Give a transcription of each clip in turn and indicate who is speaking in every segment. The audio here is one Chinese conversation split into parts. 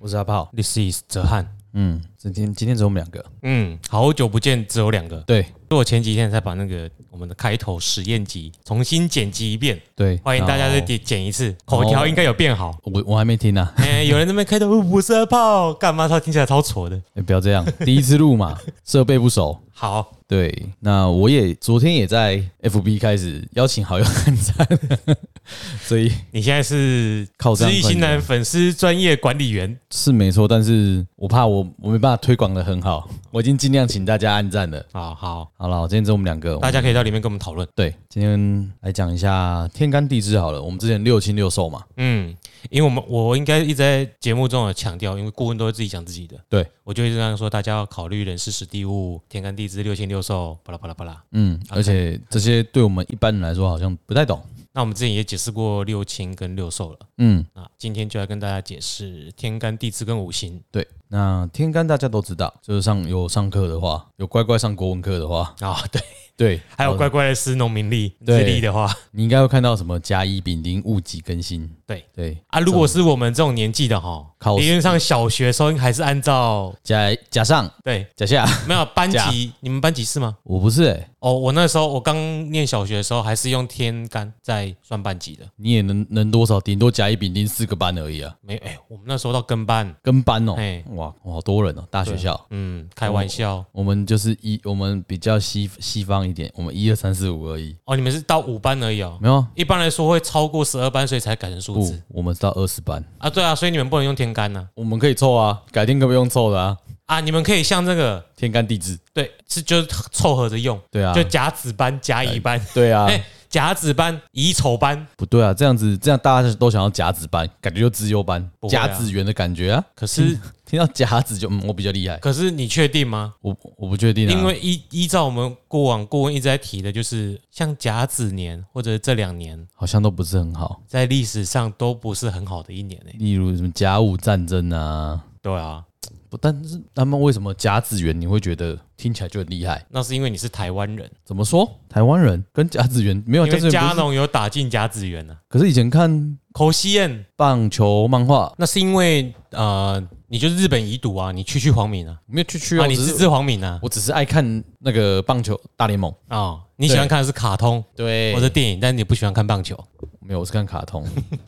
Speaker 1: 我是阿炮，This is 哲翰。
Speaker 2: 嗯，今天今天只有我们两个，
Speaker 1: 嗯，好久不见，只有两个。
Speaker 2: 对
Speaker 1: 所以我前几天才把那个我们的开头实验集重新剪辑一遍，
Speaker 2: 对，
Speaker 1: 欢迎大家再
Speaker 2: 然后
Speaker 1: 剪剪一次，口
Speaker 2: 哦
Speaker 1: 条应该有变好。
Speaker 2: 我我还没听呢、啊
Speaker 1: 哎、有人在那边开头哦不是阿炮，干嘛？他听起来超挫的。
Speaker 2: 哎不要这样， 第一次录嘛，设备不熟。
Speaker 1: 好，
Speaker 2: 对，那我也昨天也在 FB 开始邀请好友按赞， 所以
Speaker 1: 你现在是
Speaker 2: 靠
Speaker 1: 知
Speaker 2: 这样
Speaker 1: 易
Speaker 2: 分
Speaker 1: 新男粉丝专业管理员，
Speaker 2: 是没错，但是我怕我我没办法推广的很好，我已经尽量请大家按赞了。
Speaker 1: 好好，
Speaker 2: 好了，今天只有我们两个，
Speaker 1: 大家可以到里面跟我们讨论。
Speaker 2: 对，今天来讲一下天干地支好了，我们之前六亲六寿嘛，
Speaker 1: 嗯，因为我们我应该一直在节目中有强调，因为顾问都会自己讲自己的，
Speaker 2: 对，
Speaker 1: 我就一直跟他说，大家要考虑人事、时地、物、天干地支、六亲六寿，巴拉巴拉巴拉。
Speaker 2: 嗯，而且这些对我们一般人来说好像不太懂，
Speaker 1: 那我们之前也解释过六亲跟六寿了，
Speaker 2: 嗯，
Speaker 1: 那今天就来跟大家解释天干地支跟五行。
Speaker 2: 对，那天干大家都知道，就是上有上课的话，有乖乖上国文课的话，
Speaker 1: 啊、 对，
Speaker 2: 对，
Speaker 1: 还有乖乖的施农民力之
Speaker 2: 对
Speaker 1: 力的话，
Speaker 2: 你应该会看到什么甲乙丙丁戊己庚辛，
Speaker 1: 对
Speaker 2: 对
Speaker 1: 啊，如果是我们这种年纪的哈，
Speaker 2: 考
Speaker 1: 理论上小学的时候还是按照
Speaker 2: 甲甲上
Speaker 1: 对，
Speaker 2: 甲下，
Speaker 1: 没有班
Speaker 2: 假
Speaker 1: 级，你们班级是吗？
Speaker 2: 我不是、欸，
Speaker 1: 哦，我那时候我刚念小学的时候还是用天干在算班级的，
Speaker 2: 你也能能多少，顶多甲乙丙丁四个班而已啊，
Speaker 1: 没有哎、我们那时候到跟班，
Speaker 2: 跟班哦、
Speaker 1: 哎
Speaker 2: 哇，哇好多人哦、大学校。
Speaker 1: 嗯，开玩笑哦
Speaker 2: 我们就是一，我们比较西西方一点，我们一二三四五而已，
Speaker 1: 哦你们是到五班而已哦。
Speaker 2: 没有啊
Speaker 1: 一般来说会超过十二班，所以才改成数
Speaker 2: 不
Speaker 1: 字，
Speaker 2: 我们是到二十班，
Speaker 1: 啊。对啊，所以你们不能用天干呢
Speaker 2: 我们可以凑啊，改天可不用凑的啊，
Speaker 1: 啊你们可以像这个，
Speaker 2: 天干地支，
Speaker 1: 对，是就是凑合着用，
Speaker 2: 对啊，
Speaker 1: 就甲子班、甲乙班，
Speaker 2: 对啊，
Speaker 1: 哎，甲子班、乙丑班。
Speaker 2: 不对啊，这样子这样大家都想要甲子班，感觉就资优班、
Speaker 1: 不会啊
Speaker 2: 甲子园的感觉啊。
Speaker 1: 可是
Speaker 2: 听到甲子就嗯，我比较厉害，
Speaker 1: 可是你确定吗？
Speaker 2: 我我不确定啊，
Speaker 1: 因为依依照我们过往顾问一直在提的，就是像甲子年或者这两年，
Speaker 2: 好像都不是很好。
Speaker 1: 在历史上都不是很好的一年欸诶、
Speaker 2: 例如什么甲午战争啊，
Speaker 1: 对啊，
Speaker 2: 不，但是他们为什么甲子园你会觉得听起来就很厉害？
Speaker 1: 那是因为你是台湾人，
Speaker 2: 怎么说？台湾人跟甲子园没有
Speaker 1: 因
Speaker 2: 甲子
Speaker 1: 为加
Speaker 2: 园不是，
Speaker 1: 农有打进甲子园啊。
Speaker 2: 可是以前看
Speaker 1: 口西宴，
Speaker 2: 棒球漫画
Speaker 1: 那是因为呃，你就是日本遗毒啊，你区区皇民啊，
Speaker 2: 没有去去
Speaker 1: 啊，
Speaker 2: 啊，
Speaker 1: 你
Speaker 2: 只
Speaker 1: 自
Speaker 2: 是
Speaker 1: 治皇民啊，
Speaker 2: 我只是爱看那个棒球大联盟，
Speaker 1: 哦，你喜欢看的是卡通
Speaker 2: 对
Speaker 1: 或者电影，但你不喜欢看棒球。
Speaker 2: 没有，我是看卡 通，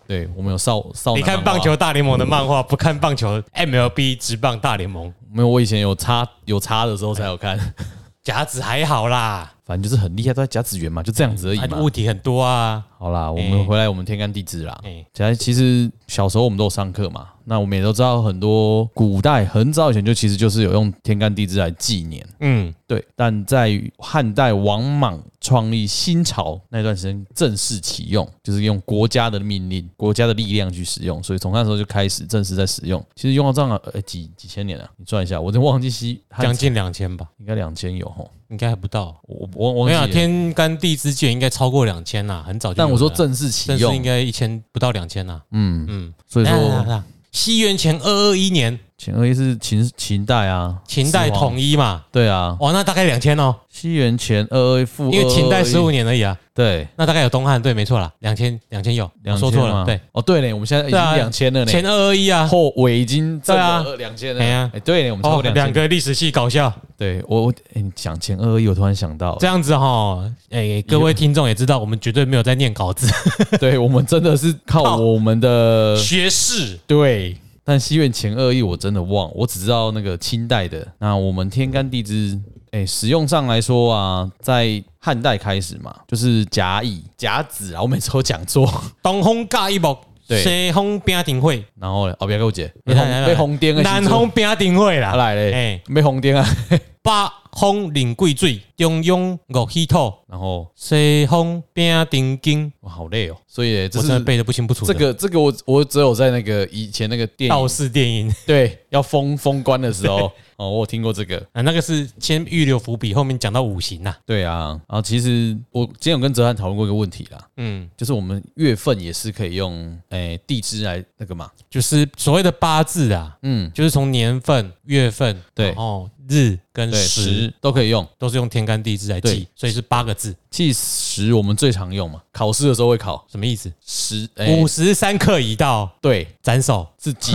Speaker 2: 对我们有少少男
Speaker 1: 你看
Speaker 2: 漫画
Speaker 1: 棒球大联盟的漫画，不看棒球 MLB 职棒大联盟，
Speaker 2: 没有，我以前有插有插的时候才有看，
Speaker 1: 甲子还好啦，
Speaker 2: 反正就是很厉害，都在甲子园嘛，就这样子而已
Speaker 1: 啊，
Speaker 2: 嘛
Speaker 1: 物。体很多啊。
Speaker 2: 好啦，我
Speaker 1: 哎
Speaker 2: 们回来我们天干地支啦。
Speaker 1: 哎
Speaker 2: 其实其实小时候我们都有上课嘛，那我们也都知道很多古代很早以前就其实就是有用天干地支来纪年，
Speaker 1: 嗯，
Speaker 2: 对。但在汉代王莽创立新朝那段时间正式启用，就是用国家的命令、国家的力量去使用，所以从那时候就开始正式在使用。其实用到这样的呃几几千年了、你算一下，我真忘记西
Speaker 1: 将
Speaker 2: 汉
Speaker 1: 近两千吧，
Speaker 2: 应该两千有吼。
Speaker 1: 应该还不到。
Speaker 2: 我我我忘
Speaker 1: 没
Speaker 2: 记
Speaker 1: 有啊
Speaker 2: 了
Speaker 1: 天干地支界应该超过两千啦，很早就有了。
Speaker 2: 但我说正式启
Speaker 1: 啊正式应
Speaker 2: 用，
Speaker 1: 该一千不到两千啦。
Speaker 2: 嗯嗯，
Speaker 1: 嗯，
Speaker 2: 所以
Speaker 1: 来来来
Speaker 2: 说
Speaker 1: 来西元前二二一年，
Speaker 2: 秦二一是秦秦代啊，
Speaker 1: 秦代
Speaker 2: 始皇
Speaker 1: 统一嘛，
Speaker 2: 对啊，
Speaker 1: 哦，那大概两千哦，
Speaker 2: 西元前二二一负，
Speaker 1: 因为秦代
Speaker 2: 22
Speaker 1: 十五年而已啊，
Speaker 2: 对，
Speaker 1: 那大概有东汉，对，没错啦，两千两千有，我
Speaker 2: 两
Speaker 1: 说错了，对，，
Speaker 2: 哦对呢，我们现在
Speaker 1: 对
Speaker 2: 已经
Speaker 1: 啊
Speaker 2: 两千了呢，
Speaker 1: 前二二一啊，
Speaker 2: 后尾已经
Speaker 1: 对啊
Speaker 2: 两千
Speaker 1: 哎呀
Speaker 2: 了，哎对呢，我们超
Speaker 1: 哦
Speaker 2: 过，两
Speaker 1: 两
Speaker 2: 个，
Speaker 1: 个历史系搞笑，
Speaker 2: 对我我哎你讲前二二一，我突然 想到
Speaker 1: 这，样子哈，哎，各位听众也知道，我们绝对没有在念稿子，
Speaker 2: 对我们真的是
Speaker 1: 靠
Speaker 2: 靠我们的
Speaker 1: 学士，
Speaker 2: 对。但西元前二一我真的忘，我只知道那个清代的。那我们天干地支，哎、使用上来说啊，在汉代开始嘛，就是甲乙、甲子啊，我每次都讲错。
Speaker 1: 东风尬一幕，
Speaker 2: 对
Speaker 1: 西风丙顶会，
Speaker 2: 然后呢，哦，不要给我姐被
Speaker 1: 来来
Speaker 2: 红
Speaker 1: 来
Speaker 2: 被红颠的时候，
Speaker 1: 南风丙顶会啦
Speaker 2: 啊，来嘞
Speaker 1: 哎，
Speaker 2: 被红颠啊。
Speaker 1: 北风领贵水，中庸五气土，
Speaker 2: 然后
Speaker 1: 西风丙丁金。
Speaker 2: 我好累哦，所以这
Speaker 1: 我真的
Speaker 2: 是
Speaker 1: 背的不清不楚的。
Speaker 2: 这个这个我我只有在那个以前那个电
Speaker 1: 道
Speaker 2: 影
Speaker 1: 士电音
Speaker 2: 对要封封关的时候哦，我有听过这个。
Speaker 1: 啊，那个是先预留伏笔，后面讲到五行呐、
Speaker 2: 对啊，然后其实我今天有跟哲翰讨论过一个问题啦，
Speaker 1: 嗯，
Speaker 2: 就是我们月份也是可以用诶、地支来那个嘛，
Speaker 1: 就是所谓的八字啊，
Speaker 2: 嗯，
Speaker 1: 就是从年份、月份，
Speaker 2: 对
Speaker 1: 哦，日跟
Speaker 2: 对，
Speaker 1: 时
Speaker 2: 时都可以用。
Speaker 1: 都是用天干地支来记
Speaker 2: 对，
Speaker 1: 所以是八个字，
Speaker 2: 记时我们最常用嘛，考试的时候会考
Speaker 1: 什么意思？
Speaker 2: 哎哦时，诶、
Speaker 1: 五十三刻已到，
Speaker 2: 对，
Speaker 1: 斩首。
Speaker 2: 是几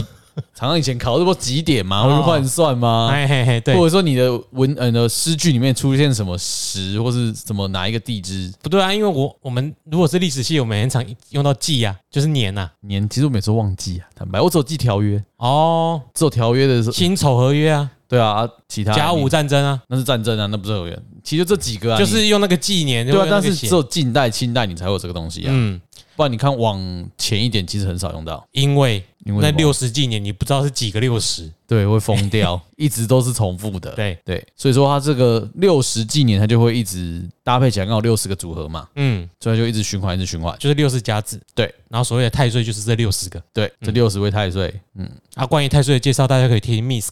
Speaker 2: 常常以前考试不是几点吗？会去换算吗？
Speaker 1: 哎嘿嘿，对
Speaker 2: 或，者说你的文呃你的诗句里面出现什么时或是什么哪一个地支
Speaker 1: 不对啊？因为我我们如果是历史系，我们很常用到季啊，就是年呐、
Speaker 2: 年？其实我每次都忘记啊，坦白，我只有记条约，
Speaker 1: 啊。哦，
Speaker 2: 只有条约的时候，
Speaker 1: 辛丑合约啊，
Speaker 2: 对啊，啊其他
Speaker 1: 甲午
Speaker 2: 你
Speaker 1: 战争啊，
Speaker 2: 那是战争啊，那不是合约，其实就这几个啊，
Speaker 1: 就
Speaker 2: 你
Speaker 1: 是用那个纪年，
Speaker 2: 对啊，
Speaker 1: 用那
Speaker 2: 但
Speaker 1: 个
Speaker 2: 是
Speaker 1: 写
Speaker 2: 只有近代、清代你才会有这个东西啊，
Speaker 1: 嗯，
Speaker 2: 不然你看往前一点，其实很少用到，
Speaker 1: 因为
Speaker 2: 因为
Speaker 1: 那
Speaker 2: 什么
Speaker 1: 六十纪年你不知道是几个六十，
Speaker 2: 对会疯掉， 一直都是重复的，
Speaker 1: 对，
Speaker 2: 对，所以说它这个六十纪年，它就会一直搭配起来，刚好六十个组合嘛，
Speaker 1: 嗯，
Speaker 2: 所以它就一直循环，一直循环。
Speaker 1: 就是六十甲子，
Speaker 2: 对，
Speaker 1: 然后所谓的太岁就是这六十个
Speaker 2: 对，这六十位太岁，嗯，
Speaker 1: 啊。关于太岁的介绍，大家可以听 Misk，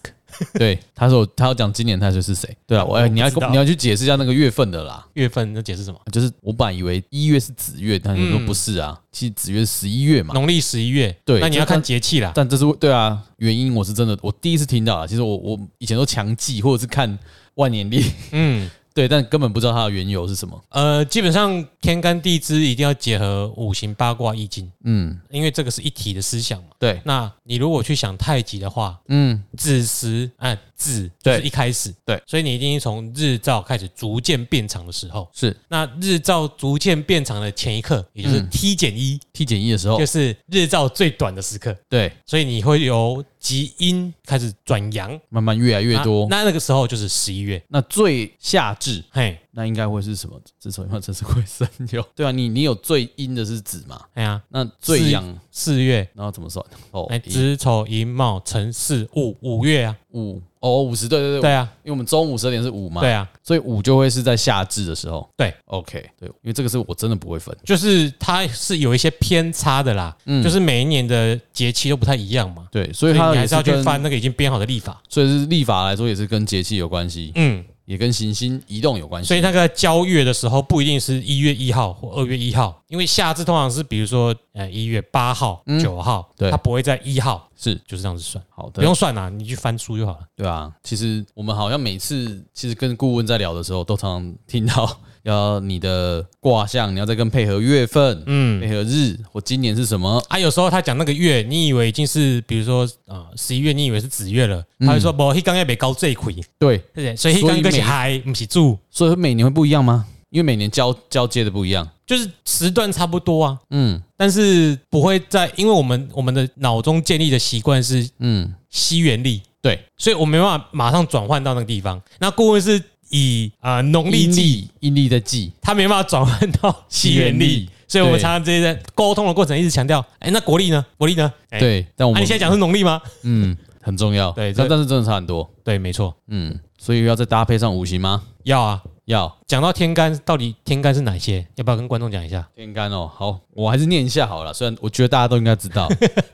Speaker 2: 对，他说他要讲今年太岁是谁，对啊，我、哎，
Speaker 1: 我不
Speaker 2: 你要
Speaker 1: 知道
Speaker 2: 你要去解释一下那个月份的啦，
Speaker 1: 月份那解释什么？
Speaker 2: 就是我本来以为一月是子月，但你说
Speaker 1: 嗯
Speaker 2: 不是啊，其实子月是十一月嘛，
Speaker 1: 农历十一月，
Speaker 2: 对
Speaker 1: 那你要
Speaker 2: 就看
Speaker 1: 看节气啦。
Speaker 2: 但这是对啊，原因我是真的我第一次听到啊，其实我我以前都强记或者是看万年历，
Speaker 1: 嗯，
Speaker 2: 对，但根本不知道它的缘由是什么，
Speaker 1: 呃，基本上天干地支一定要结合五行八卦易经，
Speaker 2: 嗯，
Speaker 1: 因为这个是一体的思想嘛。
Speaker 2: 对，
Speaker 1: 那你如果去想太极的话，
Speaker 2: 嗯，
Speaker 1: 子时按子就
Speaker 2: 对
Speaker 1: 是一开始，
Speaker 2: 对，
Speaker 1: 所以你一定从日照开始逐渐变长的时候，
Speaker 2: 是
Speaker 1: 那日照逐渐变长的前一刻，也就是
Speaker 2: 嗯哦
Speaker 1: T 减一，
Speaker 2: T 减一的时候
Speaker 1: 就，是日照最短的时刻，
Speaker 2: 对，
Speaker 1: 所以你会由极阴开始转阳，
Speaker 2: 慢慢越来越多。那
Speaker 1: 啊那那那个时候就是十一月，
Speaker 2: 最夏至，
Speaker 1: 嘿，
Speaker 2: 那应该会是什么？自从要这是会生有，对啊，你你有最阴的是子嘛？
Speaker 1: 哎呀，
Speaker 2: 那最
Speaker 1: 是
Speaker 2: 阳，
Speaker 1: 四月，
Speaker 2: 然后怎么算？哦
Speaker 1: 哎，，
Speaker 2: 一
Speaker 1: 子丑寅卯辰巳午五月啊，
Speaker 2: 五哦五十，对对对，
Speaker 1: 对啊，
Speaker 2: 因为我们中午十二点是五嘛，
Speaker 1: 对，啊，
Speaker 2: 所以五就会是在夏至的时候。
Speaker 1: 对
Speaker 2: ，OK，对，因为这个是我真的不会分。
Speaker 1: 就是它是有一些偏差的啦，
Speaker 2: 嗯
Speaker 1: 就是每一年的节气都不太一样嘛，
Speaker 2: 对，所
Speaker 1: 所
Speaker 2: 以
Speaker 1: 以
Speaker 2: 它
Speaker 1: 你还
Speaker 2: 也
Speaker 1: 是要去
Speaker 2: 跟
Speaker 1: 翻，那个已经编好的历法，
Speaker 2: 所以是历法来说也是跟节气有关系，
Speaker 1: 嗯，
Speaker 2: 也跟行星移动有关系。
Speaker 1: 所以那个交月的时候不一定是一月一号或二月一号，因为夏至通常是比如说呃一月八号、九号，
Speaker 2: 嗯对
Speaker 1: 它不会在一号，
Speaker 2: 是
Speaker 1: 就是这样子算，
Speaker 2: 好的，
Speaker 1: 不用算啦，你去翻书就好了。
Speaker 2: 对啊，其实我们好像每次其实跟顾问在聊的时候，都常常听到 要你的卦象，你要再跟配合月份、
Speaker 1: 嗯，
Speaker 2: 配合日或今年是什么。
Speaker 1: 啊，有时候他讲那个月，你以为已经是比如说啊十一月，你以为是子月了，他会说不，他刚月没高最亏，
Speaker 2: 对，
Speaker 1: 嗯对不对所以他刚月是嗨，不是住，
Speaker 2: 所以每年会不一样吗？因为每年交交接的不一样。
Speaker 1: 就是时段差不多啊，
Speaker 2: 嗯
Speaker 1: 但是不会在，因为我们我们的脑中建立的习惯是
Speaker 2: 嗯，
Speaker 1: 西元历，
Speaker 2: 对，
Speaker 1: 所以我没办法马上转换到那个地方。那顾问是以啊农历
Speaker 2: 阴
Speaker 1: 记，
Speaker 2: 历阴历在记，
Speaker 1: 他没办法转换到西元
Speaker 2: 西元
Speaker 1: 历
Speaker 2: 历，
Speaker 1: 所以我们
Speaker 2: 对
Speaker 1: 常常这些在沟通的过程一直强调，哎，那国历呢？国历呢？哎，
Speaker 2: 对，但我
Speaker 1: 那
Speaker 2: 们
Speaker 1: 你现在讲是农历吗？
Speaker 2: 嗯很重要，
Speaker 1: 对这
Speaker 2: 但但是真的差很多。
Speaker 1: 对，没错，
Speaker 2: 嗯，所以要再搭配上五行吗？
Speaker 1: 要啊。
Speaker 2: 要
Speaker 1: 讲到天干，到底天干是哪些？要不要跟观众讲一下？
Speaker 2: 天干哦。好，我还是念一下好了，虽然我觉得大家都应该知 道，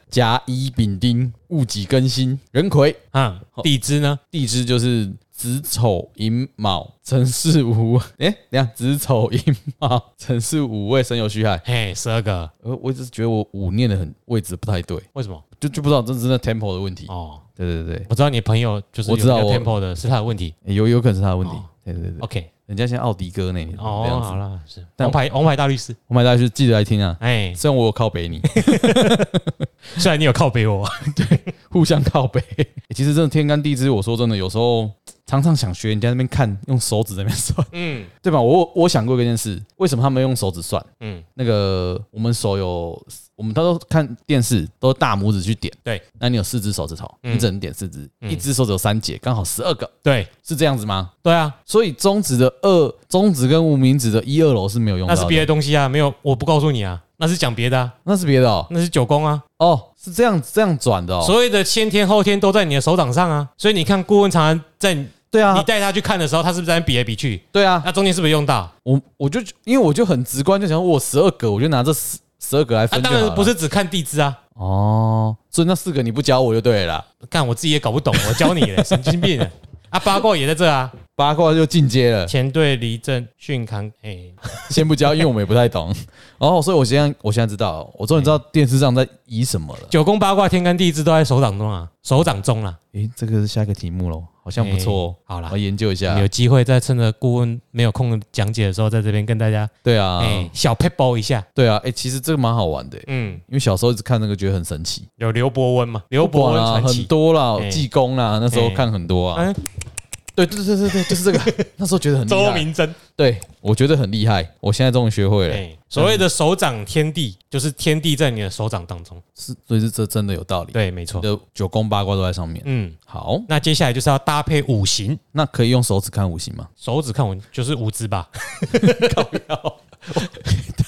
Speaker 2: 甲乙丙丁戊己庚辛壬癸。
Speaker 1: 啊、
Speaker 2: 哦
Speaker 1: 地支呢？
Speaker 2: 地支就是子丑寅卯辰巳午，哎、等一下子丑寅卯 辰巳午未申酉戌亥。
Speaker 1: 嘿，十二个，
Speaker 2: 呃，我只是觉得我五念的很位置不太对，
Speaker 1: 为什么？
Speaker 2: 就就不知道这是那 tempo 的问题。
Speaker 1: 哦，
Speaker 2: 对对对，
Speaker 1: 我知道你朋友就是
Speaker 2: 我知道
Speaker 1: 有
Speaker 2: 我
Speaker 1: tempo 的是他的问题。
Speaker 2: 有有可能是他的问题。
Speaker 1: 哦
Speaker 2: 对对对，
Speaker 1: OK，
Speaker 2: 人家现在奥迪哥那里这
Speaker 1: 哦，
Speaker 2: 样子
Speaker 1: 好，了，是
Speaker 2: 但
Speaker 1: 王牌王牌大律师。
Speaker 2: 我买大家去记得来听啊。
Speaker 1: 哎，
Speaker 2: 虽然我有靠北你，
Speaker 1: 虽然你有靠背我，
Speaker 2: 互相靠北。 欸其实真的天干地支，我说真的，有时候常常想学人家那边看，用手指在那边算，
Speaker 1: 嗯
Speaker 2: 对吧？我我想过一件事，为什么他们用手指算？
Speaker 1: 嗯，
Speaker 2: 那个我们手有，我们到时候看电视都是大拇指去点，
Speaker 1: 对，
Speaker 2: 那你有四只手指头，
Speaker 1: 嗯
Speaker 2: 你只能点四只，
Speaker 1: 嗯
Speaker 2: 一只手指有三节，刚好十二个，
Speaker 1: 对
Speaker 2: 是这样子吗？
Speaker 1: 对啊，
Speaker 2: 所以中指的二，中指跟无名指的一二楼是没有用
Speaker 1: 那
Speaker 2: 到
Speaker 1: 是
Speaker 2: 的，
Speaker 1: 别的东西啊，没有，我不告诉你啊，那是讲别的啊，
Speaker 2: 那是别的哦，
Speaker 1: 那是九宫啊，
Speaker 2: 哦，是这样这样转的哦，
Speaker 1: 所有的先天后天都在你的手掌上啊，所以你看顾问常常在你
Speaker 2: 对啊，
Speaker 1: 带他去看的时候，他是不是在那比来比去？
Speaker 2: 对啊，
Speaker 1: 那中间是不是用到？啊，
Speaker 2: 我我就因为我就很直观，就想我十二个，我就拿这十十二个来分就
Speaker 1: 啊当
Speaker 2: 好了、
Speaker 1: 然不是只看地支啊，
Speaker 2: 哦，所以那四个你不教我就对了啦，
Speaker 1: 干我自己也搞不懂，我教你 嘞，神经病啊！啊，八卦也在这啊，
Speaker 2: 八卦就进阶了，
Speaker 1: 前队离正巽康，哎、
Speaker 2: 先不教，因为我们也不太懂。哦，所以我现在我现在知道了，我终于知道
Speaker 1: 哎
Speaker 2: 电视上在移什么了。
Speaker 1: 九宫八卦天干地支都在手掌中啊，手掌中啦、哎
Speaker 2: 诶，这个是下一个题目喽。好像不错哦。
Speaker 1: 好啦
Speaker 2: 来，研究一下
Speaker 1: 有。机会再趁着顾问没有空讲解的时候，在这边跟大家
Speaker 2: 对啊，
Speaker 1: 哎小 p e b a l 一下。
Speaker 2: 对啊，哎，其实这个蛮好玩的，欸
Speaker 1: 嗯，
Speaker 2: 因为小时候一直看那个觉得很神奇。
Speaker 1: 有刘伯温嘛？刘伯
Speaker 2: 哇
Speaker 1: 温
Speaker 2: 啦
Speaker 1: 传
Speaker 2: 很
Speaker 1: 奇。
Speaker 2: 多啦，
Speaker 1: 哎
Speaker 2: 济公啦，那时候
Speaker 1: 哎
Speaker 2: 看很多啊。
Speaker 1: 嗯，
Speaker 2: 对对对对对，就是 这个。那时候觉得很厉
Speaker 1: 周
Speaker 2: 害，
Speaker 1: 明珍。
Speaker 2: 对我觉得很厉害，我现在终于学会了。
Speaker 1: 哎，所谓的手掌天地，就是天地在你的手掌当中。
Speaker 2: 是，所以是这真的有道理。
Speaker 1: 对，没
Speaker 2: 你
Speaker 1: 错。
Speaker 2: 的九宫八卦都在上面。
Speaker 1: 嗯，
Speaker 2: 好，嗯
Speaker 1: 那接下来就是要搭配五行，
Speaker 2: 那可以用手指看五行吗？
Speaker 1: 手指看我就是五指吧， 高腰，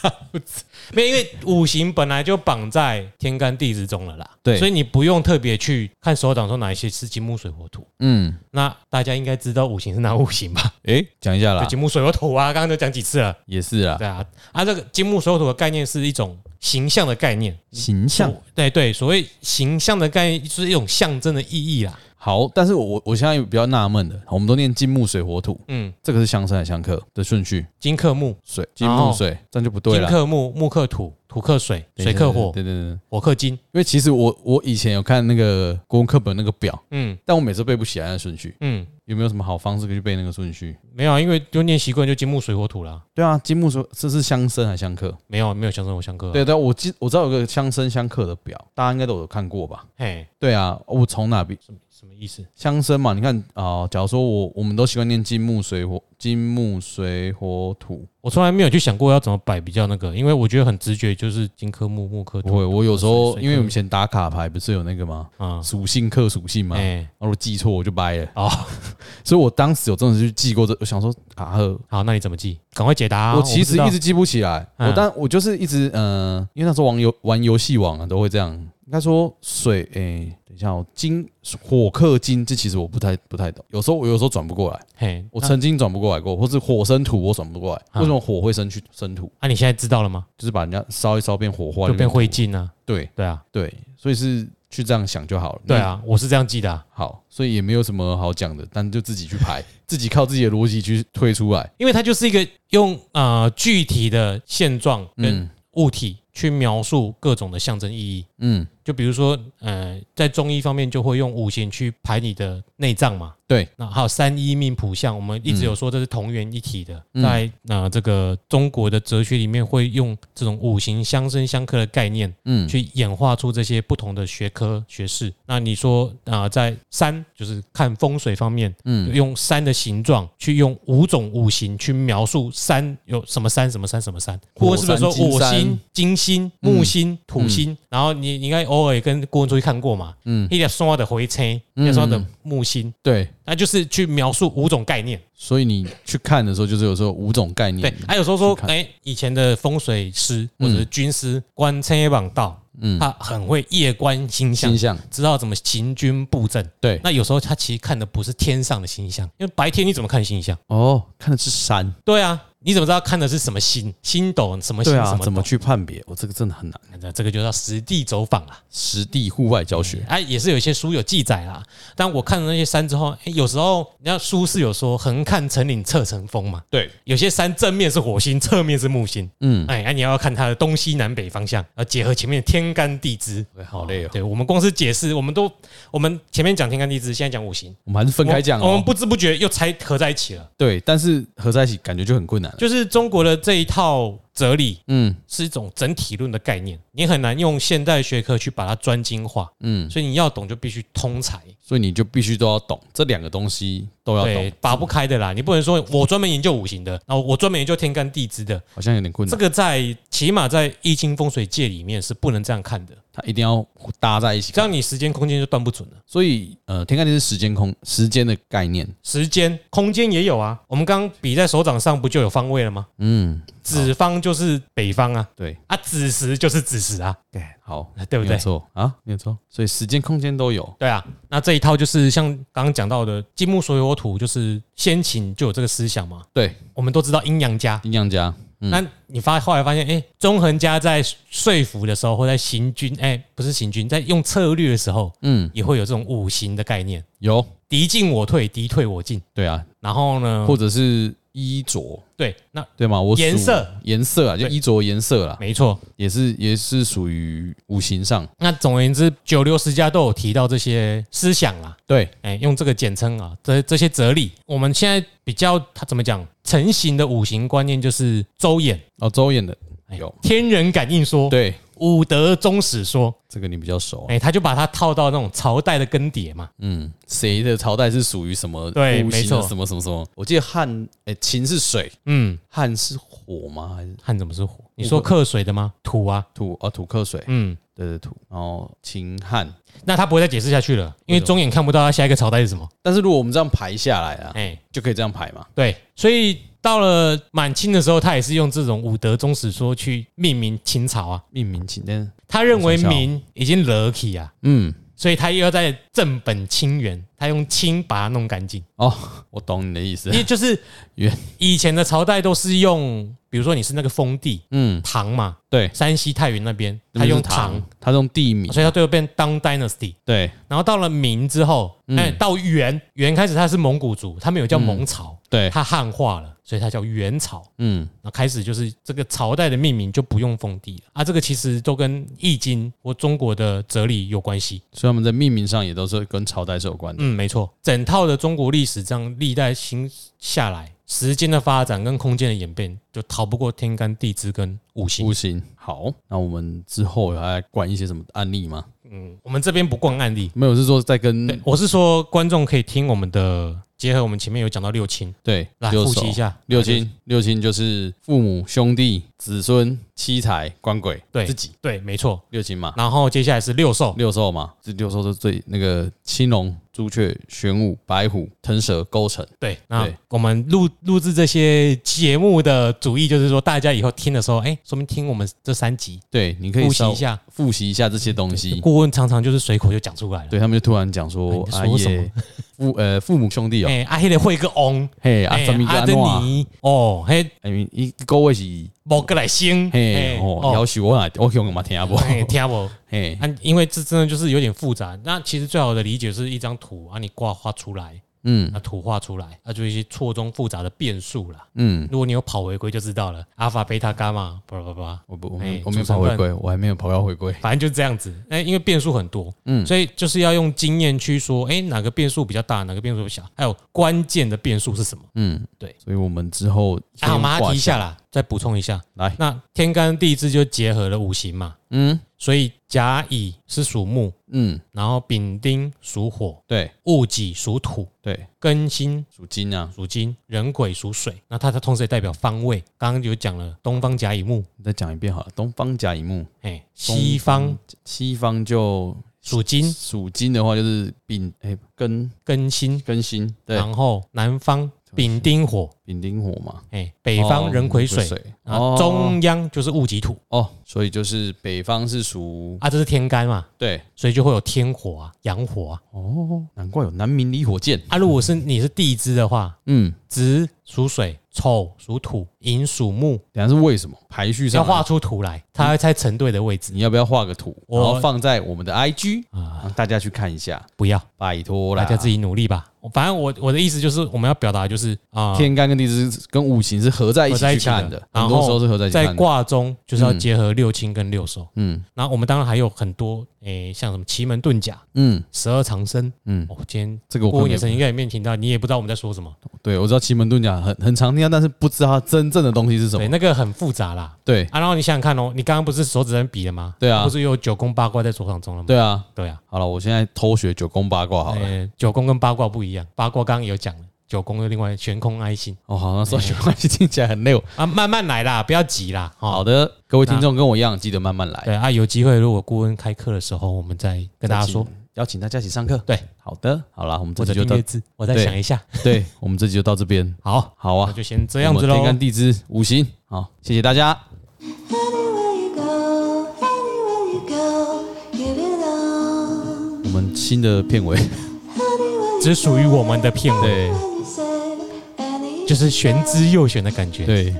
Speaker 1: 大拇指。没有，因为五行本来就绑在天干地支中了啦，
Speaker 2: 对
Speaker 1: 所以你不用特别去看手掌说哪一些是金木水火土。
Speaker 2: 嗯，
Speaker 1: 那大家应该知道五行是哪五 行吧？
Speaker 2: 诶，讲一下
Speaker 1: 就
Speaker 2: 啦，
Speaker 1: 金木水火土啊，刚刚都讲几次了。
Speaker 2: 也是啦，
Speaker 1: 对啊，啊，这个金木水火土的概念是一种形象的概念，
Speaker 2: 形象
Speaker 1: 所对对，所谓形象的概念就是一种象征的意义啦。
Speaker 2: 好，但是我我我现在比较纳闷的，我们都念金木水火土，
Speaker 1: 嗯，
Speaker 2: 这个是相生还是相克的顺序？
Speaker 1: 金克木，
Speaker 2: 水金木水，这样就不对
Speaker 1: 金
Speaker 2: 了。
Speaker 1: 克木，木克土，土克水，水克火，
Speaker 2: 对对对，对因
Speaker 1: 火克金。
Speaker 2: 为其实我我以前有看那个国文课本那个表，
Speaker 1: 嗯
Speaker 2: 但我每次背不起来那顺序，
Speaker 1: 嗯，
Speaker 2: 有没有什么好方式可以去背那个顺序？
Speaker 1: 没有啊，因为就念习惯就金木水火土啦。
Speaker 2: 对啊，金木水这是相生还是相克？
Speaker 1: 没有没有相生我相克、啊。
Speaker 2: 对，对，我记我知道有个相生相克的表，大家应该都有看过吧？
Speaker 1: 嘿，
Speaker 2: 对啊，我从哪边
Speaker 1: 什么意思？
Speaker 2: 相生嘛？你看啊、假如说我我们都习惯念金木水火金木水火土，
Speaker 1: 我从来没有去想过要怎么摆比较那个，因为我觉得很直觉，就是金克木，木克
Speaker 2: 不
Speaker 1: 土
Speaker 2: 会，我有时候
Speaker 1: 水水
Speaker 2: 因为
Speaker 1: 克
Speaker 2: 我们以前打卡牌不是有那个吗？
Speaker 1: 啊。
Speaker 2: 属性克属性嘛，然
Speaker 1: 哎，
Speaker 2: 后我记错我就掰了，
Speaker 1: 哦，
Speaker 2: 所以我当时有真的去记过这，我想说啊呵，
Speaker 1: 好，那你怎么记？赶快解答啊、
Speaker 2: 我其实一
Speaker 1: 直
Speaker 2: 直记不起来，
Speaker 1: 嗯
Speaker 2: 我但我就是一直嗯、呃因为那时候玩游玩游戏网啊，都会这样。应该说水，诶、等一下哦，金火克金，这其实我不太不太懂。有时候我有时候转不过来，
Speaker 1: 嘿，啊
Speaker 2: 我
Speaker 1: 那
Speaker 2: 曾经转不过来过，或是火生土我转不过来。
Speaker 1: 嗯
Speaker 2: 为什么火会生去生土？
Speaker 1: 啊，你现在知道了吗？
Speaker 2: 就是把人家烧一烧变火化，
Speaker 1: 就变
Speaker 2: 土
Speaker 1: 灰。烬啊。
Speaker 2: 对
Speaker 1: 对啊，
Speaker 2: 对，所以是去这样想就好了。
Speaker 1: 对啊，我是这样记的、啊，
Speaker 2: 那，好，所以也没有什么好讲的，但就自己去排，自己靠自己的逻辑去推出来。
Speaker 1: 因为它就是一个用呃具体的现状跟
Speaker 2: 嗯
Speaker 1: 物体去描述各种的象征意义。
Speaker 2: 嗯，
Speaker 1: 就比如说，呃，在中医方面就会用五行去排你的内脏嘛。
Speaker 2: 对，
Speaker 1: 那还有三一命谱相，我们一直有说这是同源一体的，
Speaker 2: 嗯
Speaker 1: 在呃这个中国的哲学里面会用这种五行相生相克的概念，
Speaker 2: 嗯，
Speaker 1: 去演化出这些不同的学科学士。那你说啊、呃在山就是看风水方面，
Speaker 2: 嗯
Speaker 1: 嗯，用山的形状去用五种五行去描述山有什么山什么山什么山。顾问是不是说火
Speaker 2: 火山嗯金山
Speaker 1: 星、金星、木星、土星？然后你你应该偶尔也跟顾问出去看过嘛？嗯，
Speaker 2: 嗯
Speaker 1: 一点双的回车，一点双的木星，
Speaker 2: 对。
Speaker 1: 那就是去描述五种概念。
Speaker 2: 所以你去看的时候，就是有时候五种概念。
Speaker 1: 对，还有时候说
Speaker 2: 嗯去，看
Speaker 1: 哎、以前的风水师或者是军师观车榜道，
Speaker 2: 嗯
Speaker 1: 嗯，他很会夜观星象
Speaker 2: 星。象，
Speaker 1: 知道怎么行军布阵。
Speaker 2: 对，
Speaker 1: 那有时候他其实看的不是天上的星象，因为白天你怎么看星象？
Speaker 2: 哦，看的是山，
Speaker 1: 对啊，你怎么知道看的是什么星？星斗什么星？
Speaker 2: 对
Speaker 1: 什
Speaker 2: 啊，
Speaker 1: 么
Speaker 2: 怎么
Speaker 1: 斗？
Speaker 2: 去判别？我这个真的很难。
Speaker 1: 那这个就叫实地走访啦。
Speaker 2: 实地户外教学，
Speaker 1: 啊，也是有一些书有记载啦。但我看了那些山之后，诶有时候人家书是有说“横看成岭侧成峰”嘛，
Speaker 2: 对，
Speaker 1: 有些山正面是火星，侧面是木星。
Speaker 2: 嗯，
Speaker 1: 哎，那、你要看它的东西南北方向，然后结合前面的天干地支。
Speaker 2: 对好累哦
Speaker 1: 对我们光是解释，我们都我们前面讲天干地支，现在讲五行，
Speaker 2: 我们还是分开讲
Speaker 1: 我们我
Speaker 2: 哦
Speaker 1: 们。不知不觉又拆合在一起了。
Speaker 2: 对，但是合在一起感觉就很困难了。
Speaker 1: 就是中国的这一套哲理
Speaker 2: 嗯
Speaker 1: 是一种整体论的概念，你很难用现代学科去把它专精化，
Speaker 2: 嗯，
Speaker 1: 所以你要懂就必须通才，
Speaker 2: 所以你就必须都要懂这两个东西，都要
Speaker 1: 对
Speaker 2: 懂，，
Speaker 1: 拔不开的啦。你不能说我专门研究五行的，然后我专门研究天干地支的，
Speaker 2: 好像有点困
Speaker 1: 这
Speaker 2: 难。
Speaker 1: 个在起码在易经风水界里面是不能这样看的，
Speaker 2: 它一定要搭在一起
Speaker 1: 这。样你时间空间就断不准了。
Speaker 2: 所以，呃，天干地是时间空时间的概念。
Speaker 1: 时间、空间也有啊，我们刚比在手掌上不就有方位了吗？
Speaker 2: 嗯，
Speaker 1: 子方就是北方啊，
Speaker 2: 对，
Speaker 1: 啊子时就是子时啊，
Speaker 2: 对，好，
Speaker 1: 对不
Speaker 2: 没有
Speaker 1: 对？
Speaker 2: 错啊，没有错。所以时间空间都有。
Speaker 1: 对啊，那这一套就是像刚刚讲到的金木水火土，就是先秦就有这个思想嘛。
Speaker 2: 对，
Speaker 1: 我们都知道阴阳家，
Speaker 2: 阴阳家，嗯
Speaker 1: 那你发后来发现，哎、纵横家在说服的时候，或在行军，哎、不是行军，在用策略的时候，
Speaker 2: 嗯，
Speaker 1: 也会有这种五行的概念，
Speaker 2: 有，
Speaker 1: 敌进我退，敌退我进。
Speaker 2: 对啊，
Speaker 1: 然后呢，
Speaker 2: 或者是衣着，
Speaker 1: 对，那
Speaker 2: 对吗？我数
Speaker 1: 颜色
Speaker 2: 颜色啊，就
Speaker 1: 对
Speaker 2: 衣着颜色啦，
Speaker 1: 没错。
Speaker 2: 也是也是属于五行上。
Speaker 1: 那总而言之，九流十家都有提到这些思想啦，
Speaker 2: 对，
Speaker 1: 哎、用这个简称啊，这这些哲理，我们现在比较它怎么讲成型的五行观念就是周衍、
Speaker 2: 哦，周衍的
Speaker 1: 哎
Speaker 2: 有，
Speaker 1: 天人感应说、
Speaker 2: 对
Speaker 1: 五德宗史说，
Speaker 2: 这个你比较熟啊。
Speaker 1: 哎、他就把它套到那种朝代的更迭嘛，
Speaker 2: 嗯，谁的朝代是属于什么？
Speaker 1: 对
Speaker 2: 五行的
Speaker 1: 没错
Speaker 2: 什么什么什么？我记得汉，哎，秦是水，
Speaker 1: 嗯，
Speaker 2: 汉是火吗？还是
Speaker 1: 汉怎么是火？你说克水的吗？土啊，
Speaker 2: 土？哦，土克水，
Speaker 1: 嗯，
Speaker 2: 对对土。然后秦汉，
Speaker 1: 那他不会再解释下去了，因为中眼看不到他下一个朝代是什么，
Speaker 2: 但是如果我们这样排下来啊，
Speaker 1: 哎、
Speaker 2: 就可以这样排嘛。
Speaker 1: 对，所以到了满清的时候，他也是用这种五德宗史说去命名清朝啊。
Speaker 2: 命名秦，但是
Speaker 1: 他认为
Speaker 2: 我想一下哦
Speaker 1: 民已经 lucky 啊，
Speaker 2: 嗯，
Speaker 1: 所以他又要在正本清源，他用清把它弄干净。
Speaker 2: 哦，我懂你的意思
Speaker 1: 因。为就是
Speaker 2: 原
Speaker 1: 以前的朝代都是用，比如说你是那个封地
Speaker 2: 嗯，
Speaker 1: 唐嘛，
Speaker 2: 对，
Speaker 1: 山西太原那边，
Speaker 2: 那
Speaker 1: 他
Speaker 2: 边
Speaker 1: 用
Speaker 2: 是
Speaker 1: 唐，，
Speaker 2: 他用地名，
Speaker 1: 所以他最后变当 dynasty。
Speaker 2: 对
Speaker 1: 然后到了明之后，
Speaker 2: 嗯
Speaker 1: 哎，到元元开始他是蒙古族，他们有叫蒙朝，
Speaker 2: 对，
Speaker 1: 他汉化了，所以他叫元朝。
Speaker 2: 嗯，
Speaker 1: 那开始就是这个朝代的命名就不用封地了啊，这个其实都跟《易经》或中国的哲理有关系。
Speaker 2: 所以他们在命名上也都是跟朝代是有关的。
Speaker 1: 嗯，没错，整套的中国历史这样历代兴下来，时间的发展跟空间的演变，就逃不过天干地支跟五行。
Speaker 2: 五行好，那我们之后还来管一些什么案例吗？
Speaker 1: 嗯，我们这边不逛案例，
Speaker 2: 没有，是说在跟
Speaker 1: 对我是说观众可以听我们的，结合我们前面有讲到六亲，
Speaker 2: 对
Speaker 1: 来
Speaker 2: 六
Speaker 1: 复
Speaker 2: 手
Speaker 1: 习一下
Speaker 2: 六亲，六亲就是父母、兄弟、子孙、七财、官鬼，
Speaker 1: 对
Speaker 2: 自己
Speaker 1: 对，没错。
Speaker 2: 六亲嘛，
Speaker 1: 然后接下来是六兽，
Speaker 2: 六兽嘛，这六兽是最那个青龙、朱雀、玄武、白虎、腾蛇、勾陈。
Speaker 1: 对，那
Speaker 2: 对
Speaker 1: 我们录录制这些节目的主意就是说，大家以后听的时候，哎，说明听我们这三集，
Speaker 2: 对，你可以
Speaker 1: 复习
Speaker 2: 稍嗯
Speaker 1: 一下。
Speaker 2: 复习一下这些东 西。
Speaker 1: 顾问常常就是随口就讲出来了。
Speaker 2: 对他们就突然讲说
Speaker 1: 哎你在
Speaker 2: 啊
Speaker 1: 说什么
Speaker 2: 耶，父呃父母兄弟哦，
Speaker 1: 哎，阿黑的会个翁，
Speaker 2: 嘿啊
Speaker 1: 哎
Speaker 2: 什么
Speaker 1: 阿
Speaker 2: 安
Speaker 1: 珍
Speaker 2: 诺啊，
Speaker 1: 尼，哦，嘿，
Speaker 2: 哎一各位是
Speaker 1: 某个来星，
Speaker 2: 嘿
Speaker 1: 哎
Speaker 2: 哦，要许我来我用嘛听不？
Speaker 1: 哎听不？
Speaker 2: 嘿
Speaker 1: 啊，因为这真的就是有点复杂。那其实最好的理解是一张图啊，你挂画出来，
Speaker 2: 嗯
Speaker 1: 那图画出来，那啊就一些错综复杂的变数啦。
Speaker 2: 嗯，
Speaker 1: 如果你有跑回归就知道了，阿法、贝塔、伽马，巴拉巴拉巴拉。
Speaker 2: 我不我
Speaker 1: 哎
Speaker 2: 没我没有
Speaker 1: 组成
Speaker 2: 跑回
Speaker 1: 分
Speaker 2: 归，我还没有跑到回归。
Speaker 1: 反正就这样子。哎、因为变数很多，
Speaker 2: 嗯
Speaker 1: 所以就是要用经验去说，哎、哪个变数比较大，哪个变数比较小，还有关键的变数是什么。
Speaker 2: 嗯，
Speaker 1: 对，
Speaker 2: 所以我们之后
Speaker 1: 啊，我
Speaker 2: 先
Speaker 1: 们还
Speaker 2: 挂
Speaker 1: 提一下啦，再补充一下。
Speaker 2: 来，
Speaker 1: 那天干地支就结合了五行嘛，
Speaker 2: 嗯
Speaker 1: 所以甲乙是属木，
Speaker 2: 嗯，
Speaker 1: 然后丙丁属火，
Speaker 2: 对
Speaker 1: 戊己属土，
Speaker 2: 对，
Speaker 1: 庚辛
Speaker 2: 属金啊，
Speaker 1: 属金，壬癸属水。那它它同时也代表方位，刚刚有讲了东方甲乙木，
Speaker 2: 你再讲一遍好了。东方甲乙木，
Speaker 1: 哎、西方
Speaker 2: 西方就
Speaker 1: 属金
Speaker 2: 属金的话就是丙哎啊庚
Speaker 1: 庚辛，
Speaker 2: 庚辛，对，
Speaker 1: 然后南方丙丁火，
Speaker 2: 丙丁火嘛，
Speaker 1: 哎，北方人癸水，啊，
Speaker 2: 哦
Speaker 1: 中央就是戊己土
Speaker 2: 哦，所以就是北方是属
Speaker 1: 啊，这是天干嘛，
Speaker 2: 对
Speaker 1: 所以就会有天火啊、阳火啊。
Speaker 2: 哦，难怪有南明离火箭。
Speaker 1: 啊，如果是你是地支的话，
Speaker 2: 嗯，
Speaker 1: 子属水，丑属土，寅属木，
Speaker 2: 等一下是为什么排序
Speaker 1: 要
Speaker 2: 上嗯
Speaker 1: 画出图来，它会猜成对的位置
Speaker 2: 你要不要画个图，然
Speaker 1: 我
Speaker 2: 后放在我们的 IG
Speaker 1: 啊。
Speaker 2: 让大家去看一下？
Speaker 1: 不要，
Speaker 2: 拜托啦，
Speaker 1: 大家自己努力吧。我反正我我的意思就是，我们要表达的就是啊，
Speaker 2: 天干跟地支跟五行是合在一
Speaker 1: 合在
Speaker 2: 起
Speaker 1: 一
Speaker 2: 去
Speaker 1: 起
Speaker 2: 看
Speaker 1: 的
Speaker 2: 的，
Speaker 1: 然
Speaker 2: 很
Speaker 1: 后
Speaker 2: 多时候是合在一起
Speaker 1: 在
Speaker 2: 看的。
Speaker 1: 卦中就是要结合六亲跟六兽。
Speaker 2: 嗯
Speaker 1: 然后我们当然还有很多诶，像什么奇门遁甲、
Speaker 2: 嗯
Speaker 1: 十二长生。
Speaker 2: 嗯，
Speaker 1: 哦，今天
Speaker 2: 这个
Speaker 1: 郭
Speaker 2: 我
Speaker 1: 文也
Speaker 2: 可
Speaker 1: 曾
Speaker 2: 能
Speaker 1: 经在里面听到，你也不知道我们在说什么。
Speaker 2: 对我知道奇门遁甲很很常听到，但是不知道它真正的东西是什
Speaker 1: 对，
Speaker 2: 么。
Speaker 1: 那个很复杂啦。
Speaker 2: 对
Speaker 1: 啊，然后你想想看哦，你刚刚不是手指在那比了吗？
Speaker 2: 对啊
Speaker 1: 不是有九宫八卦在手掌中了吗？
Speaker 2: 对啊，
Speaker 1: 对啊，
Speaker 2: 好了，我现在偷学九宫八卦好了。
Speaker 1: 呃九宫跟八卦不一样，八卦刚刚有讲了，九宫又另外悬空爱心
Speaker 2: 哦，好，那说起关系 听起来很溜。
Speaker 1: 啊，慢慢来啦，不要急啦。
Speaker 2: 好
Speaker 1: 哦，
Speaker 2: 的，各位听众跟我一样，记得慢慢来。
Speaker 1: 对啊，有机会如果顾问开课的时候，我们再跟大家说，
Speaker 2: 邀请大家一起上课。
Speaker 1: 对，
Speaker 2: 好的，好啦，我们这
Speaker 1: 或者
Speaker 2: 集就
Speaker 1: 订
Speaker 2: 到
Speaker 1: 阅，制，我再想一下。
Speaker 2: 对我们这集就到这边。
Speaker 1: 好，
Speaker 2: 好
Speaker 1: 那
Speaker 2: 啊，
Speaker 1: 就先这样子
Speaker 2: 我们
Speaker 1: 喽
Speaker 2: 天。干地支五行，好，谢谢大家。
Speaker 3: Anywhere you go, anywhere you go, give it all.
Speaker 2: 我们新的片 尾，
Speaker 3: Anywhere
Speaker 1: 只属于我们的片尾，
Speaker 2: 对
Speaker 3: you say, any
Speaker 1: 就是玄之又玄的感觉。
Speaker 2: 对，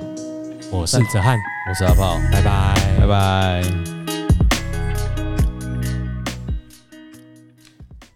Speaker 1: 我是子翰，
Speaker 2: 我是阿炮，
Speaker 1: 拜拜。
Speaker 2: 拜拜。